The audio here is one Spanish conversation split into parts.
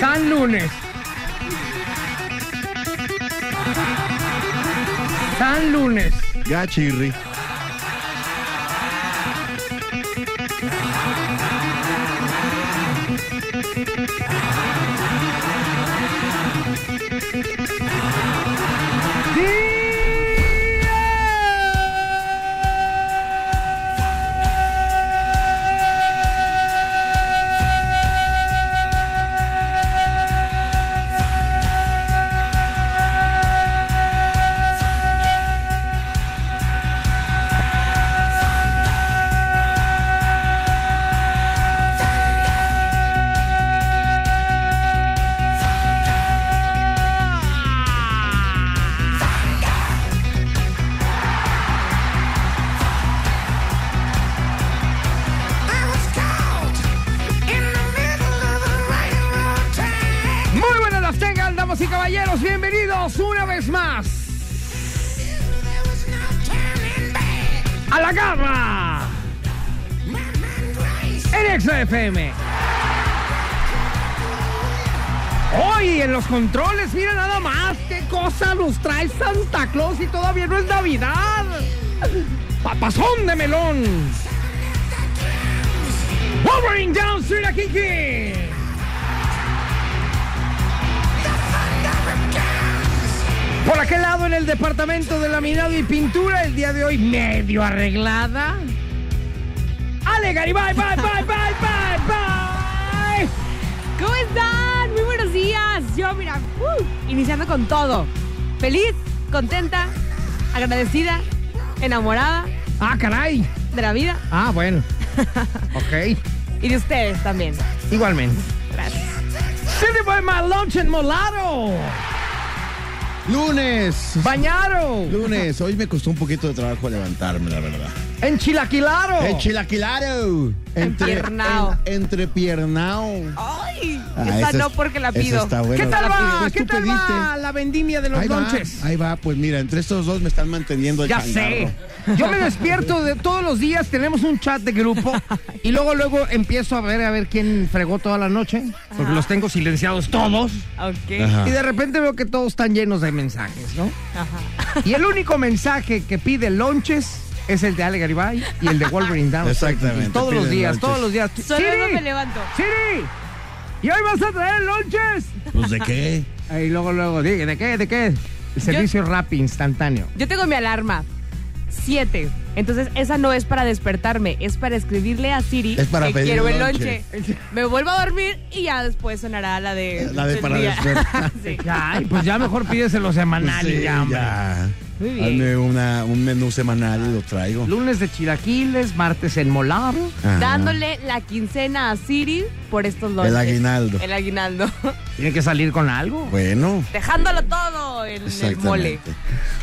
San Lunes. San Lunes. Ya, Chirri. Muy buenas las tengan, damas y caballeros. Bienvenidos una vez más a la garra en Exa FM. Hoy en los controles, mira nada más qué cosa nos trae Santa Claus y todavía no es Navidad. Papazón de melón. Wolverine Down Street a Kiki. Por aquel lado, en el departamento de laminado y pintura, el día de hoy medio arreglada. Ale Garibay, bye, bye, bye, bye, bye. ¿Cómo están? Muy buenos días. Yo, mira, uh, iniciando con todo. Feliz, contenta, agradecida, enamorada Ah, caray. de la vida Ah, bueno. Ok. y de ustedes también. Igualmente. Gracias. City Boy, my lunch and molaro. Lunes. Bañaro. Lunes. Hoy me costó un poquito de trabajo levantarme, la verdad. Enchilaquilaro. El chilaquilaro. Oh. Empiernao. en- entrepiernao. ¡Ay! Ah, esa esa no es- porque la esa pido. está buena. ¿Qué tal va? Pues tú ¿Qué tal va pediste. la vendimia de los Ahí va, lonches? ahí va, pues mira, entre estos dos me están manteniendo el Ya changarro. sé. Yo me despierto de todos los días, tenemos un chat de grupo y luego luego empiezo a ver a ver quién fregó toda la noche, porque Ah. los tengo silenciados todos Ok. Ajá. y de repente veo que todos están llenos de mensajes, ¿no? Ajá. Y el único mensaje que pide lonches es el de Ale Garibay y el de Wolverine Down. Exactamente, Todos los piden días, lonches. todos los días. Solo no me levanto. Siri, ¿y hoy vas a traer lonches? Pues de qué? Y luego luego, dije, ¿de qué? ¿De qué? El servicio rap instantáneo. Yo tengo mi alarma. Siete. Entonces, esa no es para despertarme, es para escribirle a Siri Es para que pedir quiero el lonche. lonche. Me vuelvo a dormir y ya después sonará la de. La de del para día. despertar. Sí. Ay, pues ya mejor pídeselo semanal y Pues Sí, ya, hombre. ya. Muy bien. Hazme una, un menú semanal y lo traigo. Lunes de chilaquiles, martes en molaro. Ajá. dándole la quincena a Siri por estos dos. El aguinaldo. El aguinaldo. Tiene que salir con algo. Bueno. Dejándolo todo en el mole. Exactamente.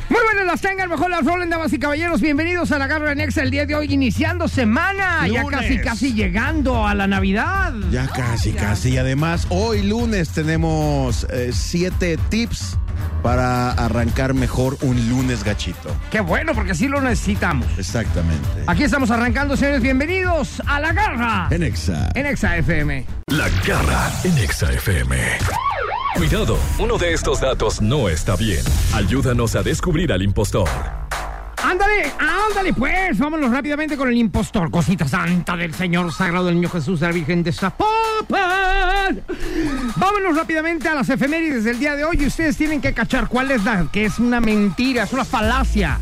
Muy buenas las tengan, mejor las rolen, damas y caballeros. Bienvenidos a la Garra Nexa el día de hoy, iniciando semana. Ya Lunes. casi, casi llegando a la Navidad. Ya casi, ya. casi. Y además, hoy lunes tenemos eh, siete tips para arrancar mejor un lunes gachito. Qué bueno, porque sí lo necesitamos. Exactamente. Aquí estamos arrancando, señores. Bienvenidos a la Garra En Exa. en Exa FM. La garra en Exa FM. Cuidado, uno de estos datos no está bien. Ayúdanos a descubrir al impostor. Ándale, ándale, pues. Vámonos rápidamente con el impostor. Cosita santa del Señor Sagrado del Niño Jesús, la Virgen de Zapopan. Vámonos rápidamente a las efemérides del día de hoy. Y ustedes tienen que cachar cuál es la que es una mentira, es una falacia.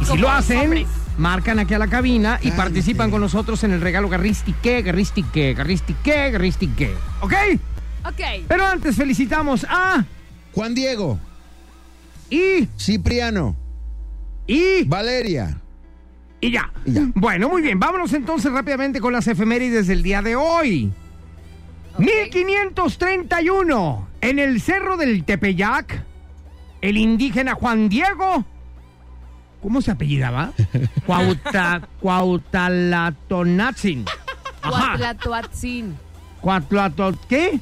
Y si Como lo los hacen, hombres. marcan aquí a la cabina y Cállate. participan con nosotros en el regalo Garristique, Garristique, Garristique, Garristique. ¿Ok? Ok. Ah. Pero antes felicitamos a Juan Diego. y, Cipriano, y, Valeria. y ya. Y ya. Bueno, muy bien. Vámonos entonces rápidamente con las efemérides del día de hoy. 1531, en el cerro del Tepeyac, el indígena Juan Diego. ¿Cómo se apellidaba? Cuauta, Cuauhtlatonantzin. Ajá. Cuautlatoatzin. Cuautlato- ¿Qué?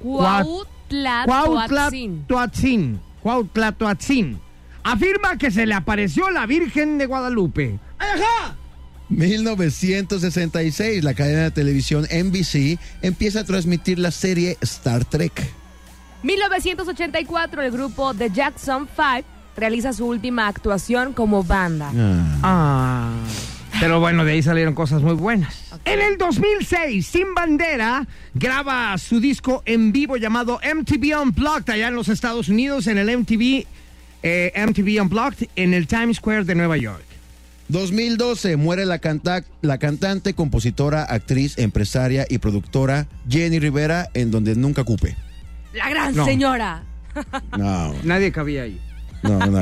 Cuautlatoatzin. Cuautlatoatzin. Cuautlatoatzin. Afirma que se le apareció la Virgen de Guadalupe. 1966, la cadena de televisión NBC empieza a transmitir la serie Star Trek. 1984, el grupo The Jackson Five realiza su última actuación como banda. Ah. Pero bueno, de ahí salieron cosas muy buenas. En el 2006, Sin Bandera graba su disco en vivo llamado MTV Unplugged allá en los Estados Unidos, en el MTV, eh, MTV Unplugged, en el Times Square de Nueva York. 2012, muere la, canta- la cantante, compositora, actriz, empresaria y productora Jenny Rivera, en donde nunca cupe. La gran No. señora. No, Nadie cabía ahí. no, no, no. No,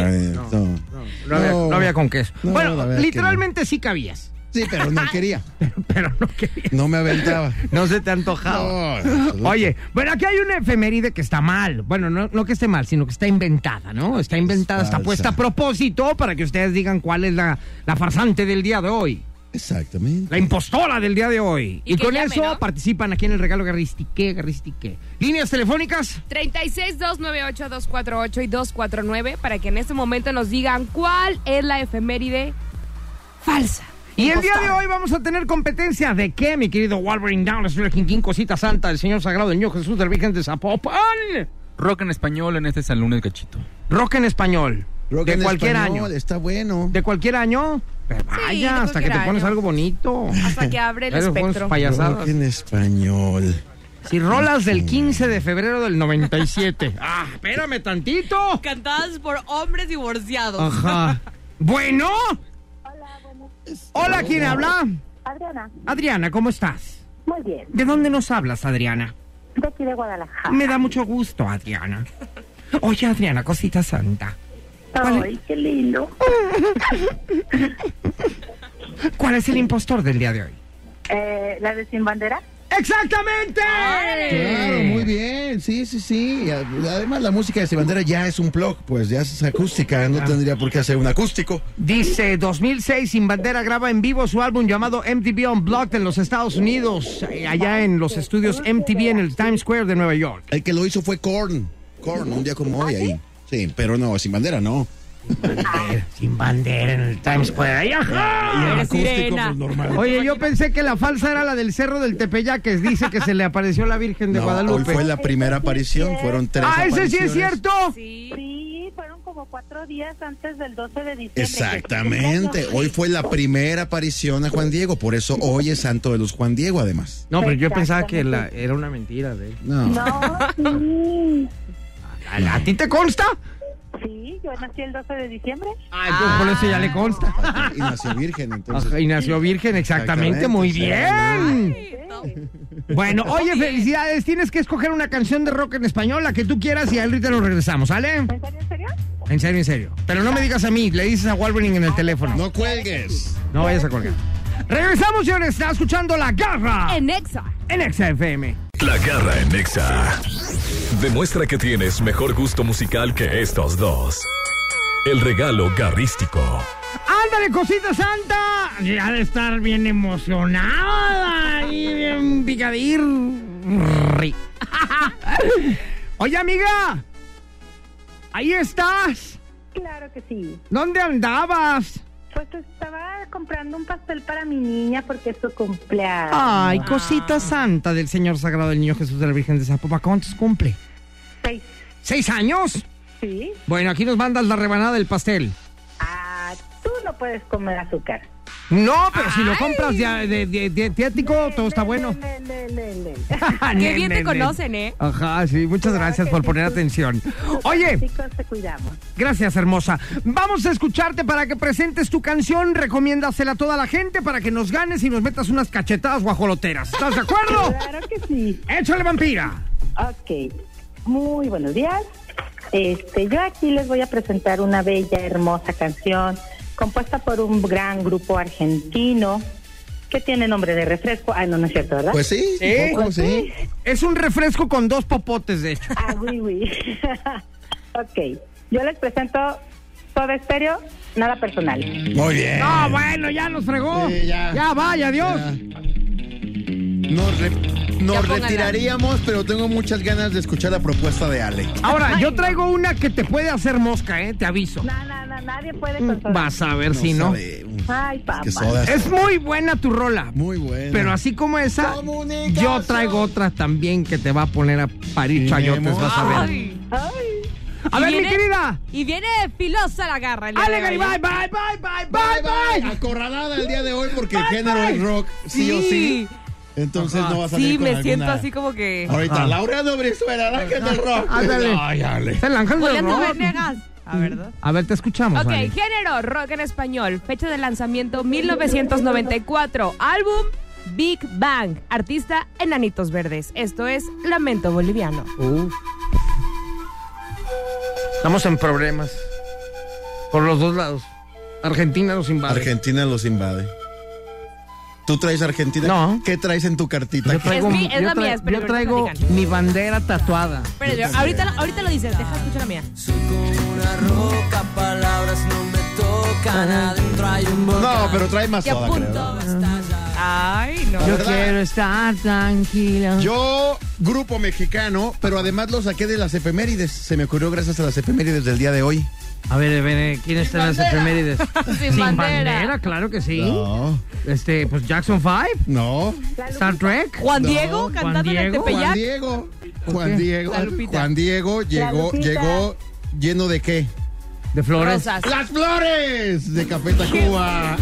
no había, No. no había con queso. No, bueno, la verdad es que literalmente sí cabías, Sí, pero no quería. pero no querías. No me aventaba. No se te antojaba. No, Oye, bueno, aquí hay una efeméride que está mal. Bueno, no, no que esté mal, sino que está inventada, ¿no? Está inventada, está falsa. puesta a propósito para que ustedes digan cuál es la, la farsante del día de hoy, Exactamente. la impostora del día de hoy. Y Y, que con llame, eso ¿no? participan aquí en el regalo Garristiqué, Garristiqué. Líneas telefónicas, 36298248 y 249 para que en este momento nos digan cuál es la efeméride falsa. Y el día Impostora. de hoy vamos a tener competencia de qué, mi querido Wolverine Down, la King King, Cosita Santa, el Señor Sagrado, el Niño Jesús del Virgen de Zapopan. Rock en español en este San Lunes Gachito. Rock en español. Rock de en cualquier español, año. Está bueno. De cualquier año. Pero Sí, de vaya, hasta que te cualquier pones año. algo bonito. Hasta que abre el Esos fueron espectro. sus Rock payasadas. en español. Si rolas del 15 de febrero del 97. ¡Ah, espérame tantito! Cantadas por hombres divorciados. Ajá. Bueno. Hola, ¿quién habla? Adriana, Adriana, ¿cómo estás? muy bien. ¿De dónde nos hablas, Adriana? De aquí de Guadalajara. Me da mucho gusto, Adriana. Oye, Adriana, cosita santa. Ay, qué lindo. ¿Cuál es el impostor del día de hoy? Eh, ¿La de Sin Bandera? ¡Exactamente! Claro, muy bien. Sí, sí, sí. Y a- Además, la música de Sebandera ya es un blog, pues ya es acústica. No tendría por qué hacer un acústico. Dice 2006, Sin Bandera graba en vivo su álbum llamado MTV Unplugged en los Estados Unidos, eh, allá en los estudios MTV en el Times Square de Nueva York. El que lo hizo fue Korn. Korn, un día como hoy ahí. ¿Ah, Sí, pero no, Sin Bandera no. Sin Bandera en el Times Square. ¡Ay, ajá! Eres sirena. Oye, yo pensé que la falsa era la del Cerro del Tepeyac, que dice que se le apareció la Virgen de No, hoy Guadalupe. fue la primera aparición, fueron tres ¡Ah, ese sí es apariciones. cierto! Sí. Sí, fueron como cuatro días antes del 12 de diciembre. Exactamente, hoy fue la primera aparición a Juan Diego, por eso hoy es santo de los Juan Diego además. No, pero yo pensaba que la- era una mentira de él. No, No, sí. ¿A, a ti te consta? Sí, yo nací el 12 de diciembre. Ah, entonces por eso ya le consta. y nació virgen entonces. Ajá, Ah, y nació virgen, exactamente, Exactamente, muy sí. bien. No. Bueno, oye, felicidades. Tienes que escoger una canción de rock en español, la que tú quieras, y al te lo regresamos, ¿sale? ¿En serio, en serio? En serio, en serio. Pero no me digas a mí, le dices a Wolverine en el teléfono. No, No cuelgues. vayas a colgar. Regresamos, señores. Está escuchando La Garra En Exa. en XFM. La garra en Exa. Demuestra que tienes mejor gusto musical que estos dos. El regalo garrístico. ¡Ándale, cosita santa! Ya de estar bien emocionada y bien picadir. Oye, amiga. Ahí estás. Claro que sí. ¿Dónde andabas? Pues estaba comprando un pastel para mi niña porque es su cumpleaños. Ay, Ah. cosita santa del Señor Sagrado del Niño Jesús de la Virgen de Zapopan. ¿Cuántos cumple? Seis. ¿Seis años? Sí. Bueno, aquí nos mandas la rebanada del pastel. Ah, tú no puedes comer azúcar. No, pero si lo compras de, de- de- dietético, todo está bueno. Le, le, le, le, le. Qué bien Nen, nen, te conocen, nen. ¿eh? Ajá, sí, muchas gracias por poner atención. Ah, Oye, Chicos, te cuidamos. gracias hermosa. Vamos a escucharte para que presentes tu canción, recomiéndasela a toda la gente para que nos ganes y nos metas unas cachetadas guajoloteras. ¿Estás de acuerdo? Claro que sí. Échale vampira. Ok. Muy buenos días. Este, yo aquí les voy a presentar una bella, hermosa canción compuesta por un gran grupo argentino que tiene nombre de refresco. Ah, no, no es cierto, ¿verdad? Pues sí, Sí. un poco, sí. Es un refresco con dos popotes, de hecho. Ah, oui, oui. ok, yo les presento todo estéreo, nada personal. Muy bien. No, bueno, ya nos fregó. Sí, ya. vaya, adiós. Nos, re- nos Ya póngala. retiraríamos, pero tengo muchas ganas de escuchar la propuesta de Ale. Ahora, yo traigo una que te puede hacer mosca, ¿eh? Te aviso. Mm, No, no, no, nadie puede con todo. Vas a ver si pues no. sabemos. Ay, papá. uh, Que sodas. Es muy buena tu rola. Muy buena. Pero así como esa, Comunicación. yo traigo otra también que te va a poner a parir Sí, chayotes, Memo. vas a ver. Ay. Ay, A Y ver, mi viene- querida. Y viene filosa la garra. el día Ale de hoy, Garibay, ¿eh? bye, bye, bye, bye, bye. Acorralada el día de hoy porque el Bye, género bye. es rock, sí, o sí. Entonces no vas a Sí, salir con me alguna- siento así como que. Ahorita, Ajá. Laura Dobrizuela, la que del rock. Ándale. Ay, Ale. Es el ángel del Julián rock. Venegas. A ver, ¿no? A ver, te escuchamos. Ok, Ale. género, rock en español. Fecha de lanzamiento 1994. Álbum Big Bang. Artista Enanitos Verdes. Esto es Lamento Boliviano. Uh. Estamos en problemas. Por los dos lados. Argentina nos invade. Argentina los invade. ¿Tú traes Argentina? No. ¿Qué traes en tu cartita? Yo traigo, Es mi- es yo la tra- mía, espera, yo ahorita traigo platican. mi bandera tatuada. Pero yo- ahorita, lo- ahorita lo dices, deja escuchar la mía. Soy como una roca, palabras no me tocan. Adentro hay un No, pero trae más Y a soda, creo. punto. Ay, no. Yo ¿Verdad? quiero estar tranquila. Yo, grupo mexicano, pero además lo saqué de las efemérides. Se me ocurrió gracias a las efemérides del día de hoy. A ver, a ver, eh, ¿quién está en las efemérides? Sin bandera. claro que sí. No, Este, pues Jackson 5, no. Star Trek. Juan No, Diego Juan cantando en el Diego. Juan Tepeyac. Diego. qué? Juan Diego. La Lupita. Juan Diego llegó, Lupita. llegó lleno de qué? De Flores. Rosas. ¡Las flores! De Café Tacuba.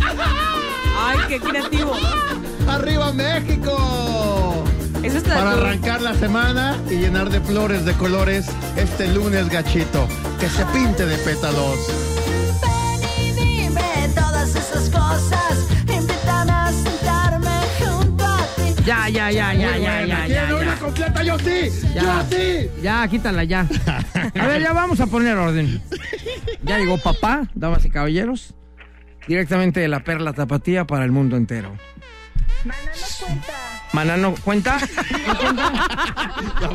Ay, qué creativo. ¡Arriba México! Eso está Para tú. arrancar la semana y llenar de flores de colores este lunes gachito. Que se pinte de pétalos. Ven y dime todas esas cosas. Invitan a sentarme junto a ti. Ya, ya, ya, ya, ya, ya, ya, ¿Quién hoy ya. la completa? ¡Yo sí! Ya. ¡Yo sí! Ya, quítala ya. A ver, ya vamos a poner orden. Ya llegó papá, damas y caballeros. Directamente de la perla tapatía para el mundo entero. Manolo cuenta. Manano, ¿cuenta?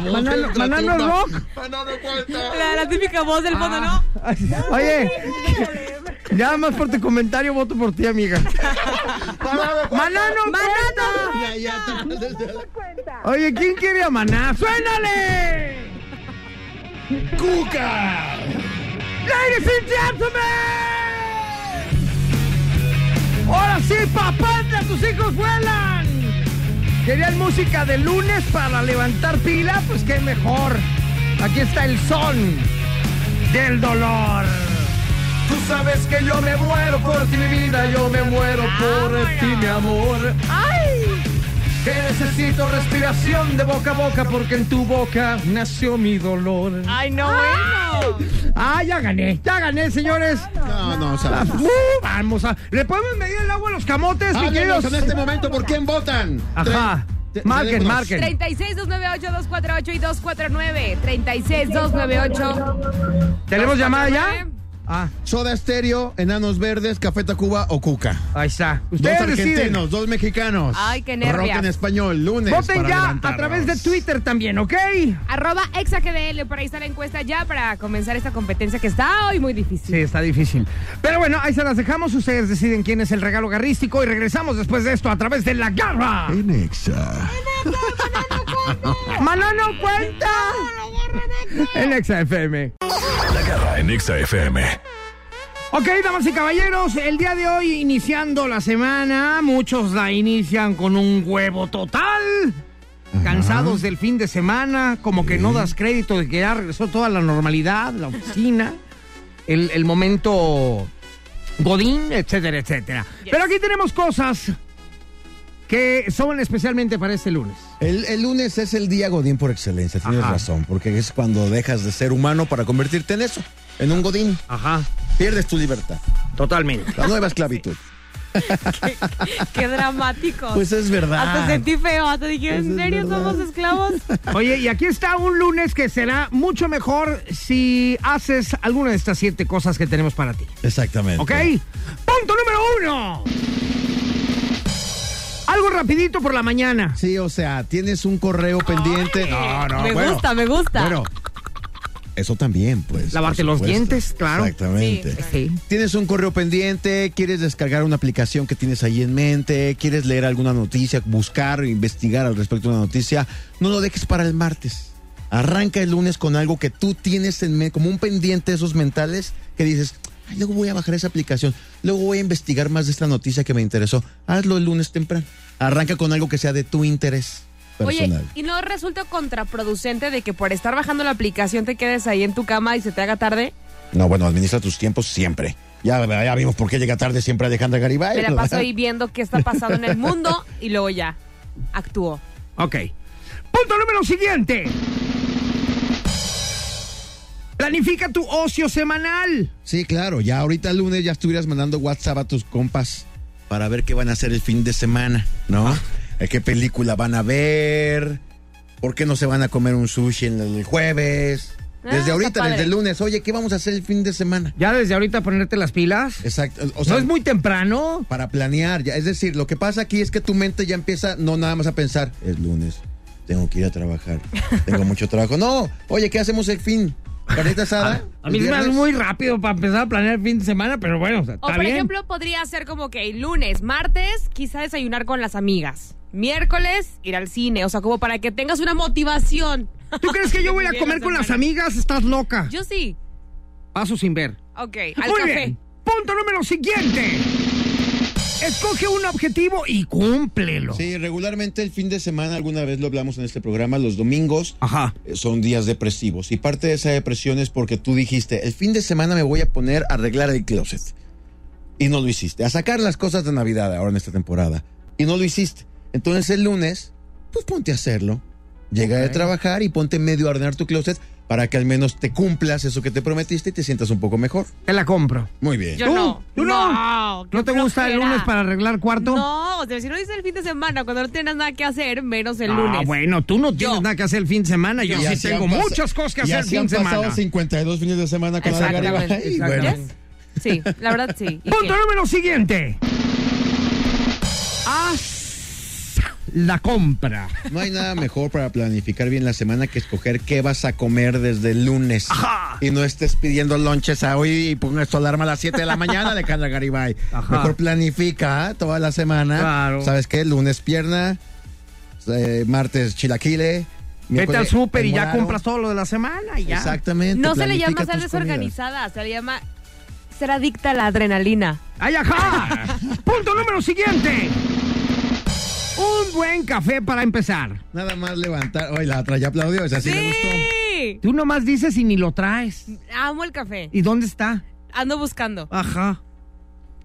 Manano, Manano Rock. Manano Ah, cuenta. La, la típica voz del fondo, ¿no? Ah. Oye, nada más por tu comentario voto por ti, amiga. Manano cuenta. ¡Manano, Manano! Ya, ya, te- Oye, ¿quién quiere a Maná? ¡Suénale! ¡Cuca! ¡Ladies and gentlemen! ¡Ahora sí, papá! ¡Ya tus hijos vuelan! ¿Querían música de lunes para levantar pila? Pues qué mejor. Aquí está el son del dolor. Tú sabes que yo me muero por ti, mi vida, yo me muero por ti, mi amor. ¡Ay! Que necesito respiración de boca a boca porque en tu boca nació mi dolor. Ay, no, bueno. Ah, ya gané, ya gané, señores. No, no, sabes. Uh, vamos a. ¿Le podemos medir el agua a los camotes, mi Háblenos queridos? en este momento por quién votan. Ajá. Tre- te- Marquen, teléfonos. marquen. 36 298 248 y 249. 36 298. ¿Tenemos llamada ya? 49. Ah, Soda Estéreo, Enanos Verdes, Café Tacuba o Cuca. ahí está. Dos Ustedes deciden. argentinos, dos mexicanos. Ay, qué nervia. Rock en español, lunes. Voten para ya a levantarnos. través de Twitter también, ¿ok? Arroba exagdl, por ahí está la encuesta ya para comenzar esta competencia que está hoy muy Sí, difícil. está difícil. Pero bueno, ahí se las dejamos. Ustedes deciden quién es el regalo garrístico y regresamos después de esto a través de la garra. En Exa. ¡Manano cuenta! En Exa FM. La garra en Exa FM. Ok, damas y caballeros, el día de hoy iniciando la semana, muchos la inician con un huevo total. Cansados del fin de semana, como que no das crédito de que ya regresó toda la normalidad, la oficina, el, el momento Godín, etcétera, etcétera. Pero aquí tenemos cosas que son especialmente para este lunes. El, el lunes es el día Godín por excelencia, tienes Ajá. razón, porque es cuando dejas de ser humano para convertirte en eso, en un Godín. Ajá, Pierdes tu libertad, totalmente. la nueva esclavitud. qué, qué dramático. Pues es verdad. Hasta sentí feo, hasta dije, Pues ¿en es serio verdad. somos esclavos? Oye, y aquí está un lunes que será mucho mejor si haces alguna de estas siete cosas que tenemos para ti. Exactamente. ¿Ok? Punto número uno. Algo rapidito por la mañana. Sí, o sea, tienes un correo pendiente. No, no, me bueno. gusta, me gusta. Bueno, eso también, pues. Lavarte por los supuesto. dientes, claro. Exactamente. Sí, sí. Tienes un correo pendiente, quieres descargar una aplicación que tienes ahí en mente, quieres leer alguna noticia, buscar, investigar al respecto de una noticia, no lo dejes para el martes. Arranca el lunes con algo que tú tienes en mente, como un pendiente de esos mentales que dices, "Ay, luego voy a bajar esa aplicación, luego voy a investigar más de esta noticia que me interesó. Hazlo el lunes temprano. Arranca con algo que sea de tu interés personal. Oye, ¿y no resulta contraproducente de que por estar bajando la aplicación te quedes ahí en tu cama y se te haga tarde? No, bueno, administra tus tiempos siempre. Ya, ya vimos por qué llega tarde siempre Alejandra Garibay. Me la ¿no? paso ahí viendo qué está pasando en el mundo y luego ya, actúo. Ok. Punto número siguiente. Planifica tu ocio semanal. Sí, claro, ya ahorita el lunes ya estuvieras mandando WhatsApp a tus compas para ver qué van a hacer el fin de semana, ¿no? Ah. Eh, ¿Qué película van a ver? ¿Por qué no se van a comer un sushi en el jueves? Ah, Desde está ahorita, padre. desde el lunes, oye, ¿qué vamos a hacer el fin de semana? Ya desde ahorita ponerte las pilas. Exacto, o no sea, es muy temprano. para planear, ya. es decir, lo que pasa aquí es que tu mente ya empieza no nada más a pensar, es lunes, tengo que ir a trabajar, tengo mucho trabajo. No, oye, ¿qué hacemos el fin? ¿Carnita asada? Ah, A mí ¿El se me hace viernes? muy rápido para empezar a planear el fin de semana, pero bueno, o sea, O está por bien. ejemplo, podría ser como que lunes, martes, quizá desayunar con las amigas. Miércoles, ir al cine. O sea, como para que tengas una motivación. ¿Tú crees que yo voy a Bien, comer con las hermano. amigas? Estás loca. Yo sí. Paso sin ver. Ok, al Muy café. bien. Punto número siguiente. Escoge un objetivo y cúmplelo. Sí, regularmente el fin de semana, alguna vez lo hablamos en este programa, los domingos Ajá. eh, son días depresivos. Y parte de esa depresión es porque tú dijiste, el fin de semana me voy a poner a arreglar el closet. Y no lo hiciste. A sacar las cosas de Navidad ahora en esta temporada. Y no lo hiciste. Entonces el lunes, pues ponte a hacerlo. Llega de trabajar y ponte medio a ordenar tu closet para que al menos te cumplas eso que te prometiste y te sientas un poco mejor. Te la compro. Muy bien. Yo ¿Tú? no. ¿Tú no? qué ¿No te gusta el flojera. lunes para arreglar cuarto? No, o sea, si no dices el fin de semana, cuando no tienes nada que hacer, menos el Ah, lunes. bueno, tú no tienes Yo. nada que hacer el fin de semana. Yo Y sí así tengo han pas- muchas cosas que y hacer el así fin han de semana. pasado 52 fines de semana con Ana Garibay. Exactamente, Y bueno, exactamente. Sí, la verdad sí. ¿Y Punto qué? número siguiente. Haz la compra. No hay nada mejor para planificar bien la semana que escoger qué vas a comer desde el lunes. Ajá. Y no estés pidiendo lonches a hoy y pongas tu alarma a las 7 de la mañana de Carla Garibay. Ajá. Mejor planifica ¿ah? toda la semana. Claro. ¿Sabes qué? Lunes pierna, eh, martes chilaquile. Vete al miércoles súper y ya morado. compras todo lo de la semana y ya. Exactamente. No se le planifica llama ser tus comidas. desorganizada, se le llama ser adicta a la adrenalina. ¡Ay, ajá! Punto número siguiente. Un buen café para empezar. Nada más levantar. Oye, la otra ya aplaudió. Esa sí, le gustó. Sí. Tú nomás dices y ni lo traes. Amo el café. ¿Y dónde está? Ando buscando. Ajá.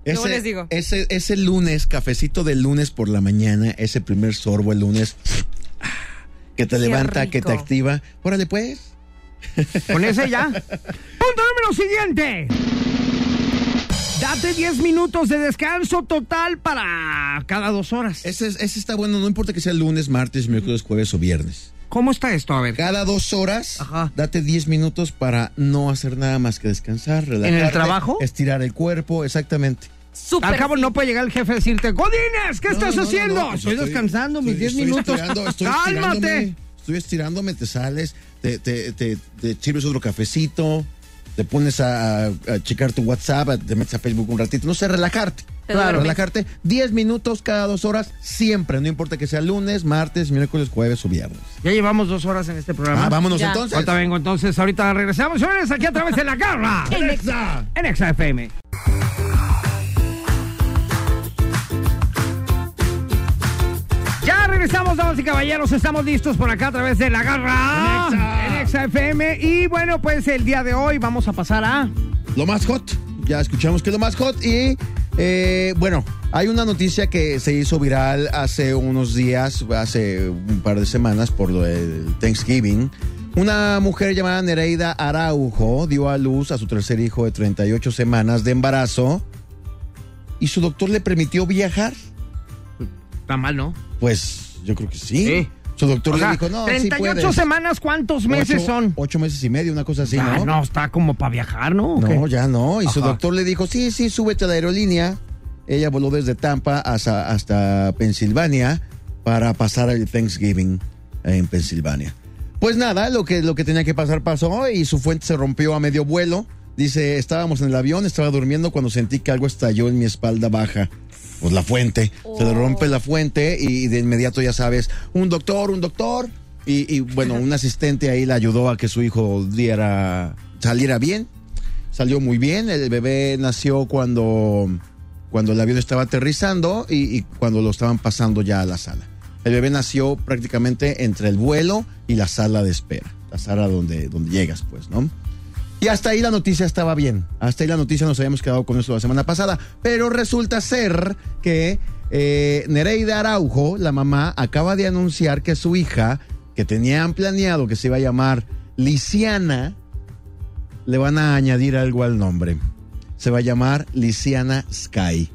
Luego les digo. Ese, ese lunes, cafecito del lunes por la mañana, ese primer sorbo el lunes, ah, que te levanta, que te rico. activa. Órale, pues. Con ese ya. Punto número siguiente. Date 10 minutos de descanso total para cada dos horas. Ese, es- ese está bueno, no importa que sea lunes, martes, miércoles, jueves o viernes. ¿Cómo está esto? A ver. Cada dos horas, Ajá. date 10 minutos para no hacer nada más que descansar, relajarte. trabajo? Estirar el cuerpo, exactamente. Súper. Al cabo no puede llegar el jefe a decirte, Godines, ¿qué No, estás no, no, haciendo? no, pues estoy, descansando mis estoy- 10 estoy minutos. estirando, estoy ¡Cálmate! estirándome, estoy estirándome, te sales, te, te, te- te sirves otro cafecito, te pones a, a- a checar tu WhatsApp, a- te metes a Facebook un ratito, no sé, relajarte. Te duermes. relajarte 10 minutos cada dos horas siempre, no importa que sea lunes, martes, miércoles, jueves o viernes. Ya llevamos dos horas en este programa. Ah, vámonos Ya. entonces. Ahorita vengo, entonces, ahorita regresamos, señores, aquí a través de la garra. en Exa. En Exa FM. Ya regresamos, damas y caballeros. Estamos listos por acá a través de la garra. En Exa. FM. Y bueno, pues el día de hoy vamos a pasar a. Lo más hot. Ya escuchamos que es lo más hot. Y eh, bueno, hay una noticia que se hizo viral hace unos días, hace un par de semanas, por lo del Thanksgiving. Una mujer llamada Nereida Araujo dio a luz a su tercer hijo de 38 semanas de embarazo. y su doctor le permitió viajar. Está mal, ¿no? Pues yo creo que sí. Sí. Su doctor O sea, le dijo, no, sí 38 puedes". semanas, ¿cuántos meses Ocho- son? Ocho meses y medio, una cosa así, Ah, ¿no? no, está como para viajar, ¿no? ¿O qué? No, ya no. Y su Ajá. doctor le dijo, sí, sí, súbete a la aerolínea. Ella voló desde Tampa hasta, hasta Pensilvania para pasar el Thanksgiving en Pensilvania. Pues nada, lo que, lo que tenía que pasar pasó y su fuente se rompió a medio vuelo. Dice, estábamos en el avión, estaba durmiendo cuando sentí que algo estalló en mi espalda baja. Pues la fuente. Se le rompe la fuente y de inmediato ya sabes, un doctor, un doctor. Y, y, bueno, un asistente ahí le ayudó a que su hijo diera, saliera bien salió muy bien. El bebé nació cuando, cuando el avión estaba aterrizando y, y cuando lo estaban pasando ya a la sala. El bebé nació prácticamente entre el vuelo y la sala de espera, la sala donde, donde llegas, pues, ¿no? Y hasta ahí la noticia estaba bien. Hasta ahí la noticia nos habíamos quedado con eso la semana pasada. Pero resulta ser que eh, Nereida Araujo, la mamá, acaba de anunciar que su hija, que tenían planeado que se iba a llamar Lisiana, le van a añadir algo al nombre. Se va a llamar Lisiana Sky.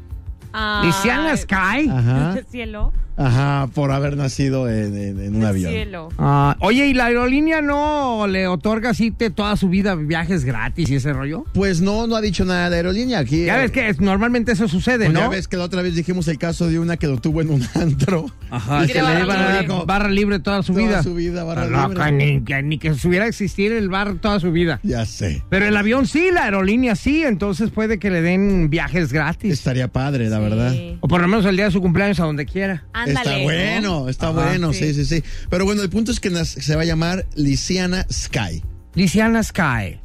Ay, Lisiana Sky. Ajá. Cielo. Ajá, por haber nacido en, en- en un avión. Cielo. Ah, oye, ¿y la aerolínea no le otorga así te- toda su vida viajes gratis y ese rollo? Pues no, no ha dicho nada la aerolínea aquí. eh, Ya ves que es- normalmente eso sucede, Pues ¿no? Ya ves que la otra vez dijimos el caso de una que lo tuvo en un antro. Ajá, Y que que le barra iban a dar libre. barra libre toda su Toda vida. su vida, barra Está loca, libre. Ni, que, ni que supiera existir el bar toda su vida. Ya sé. Pero el avión sí, la aerolínea sí, entonces puede que le den viajes gratis. Estaría padre, la verdad. Sí. O por lo menos el día de su cumpleaños a donde quiera. Ándale. está bueno, está Ajá, bueno, sí. sí. sí, sí, Pero bueno, el punto es que nas- se va a llamar Lisiana Sky. Lisiana Sky.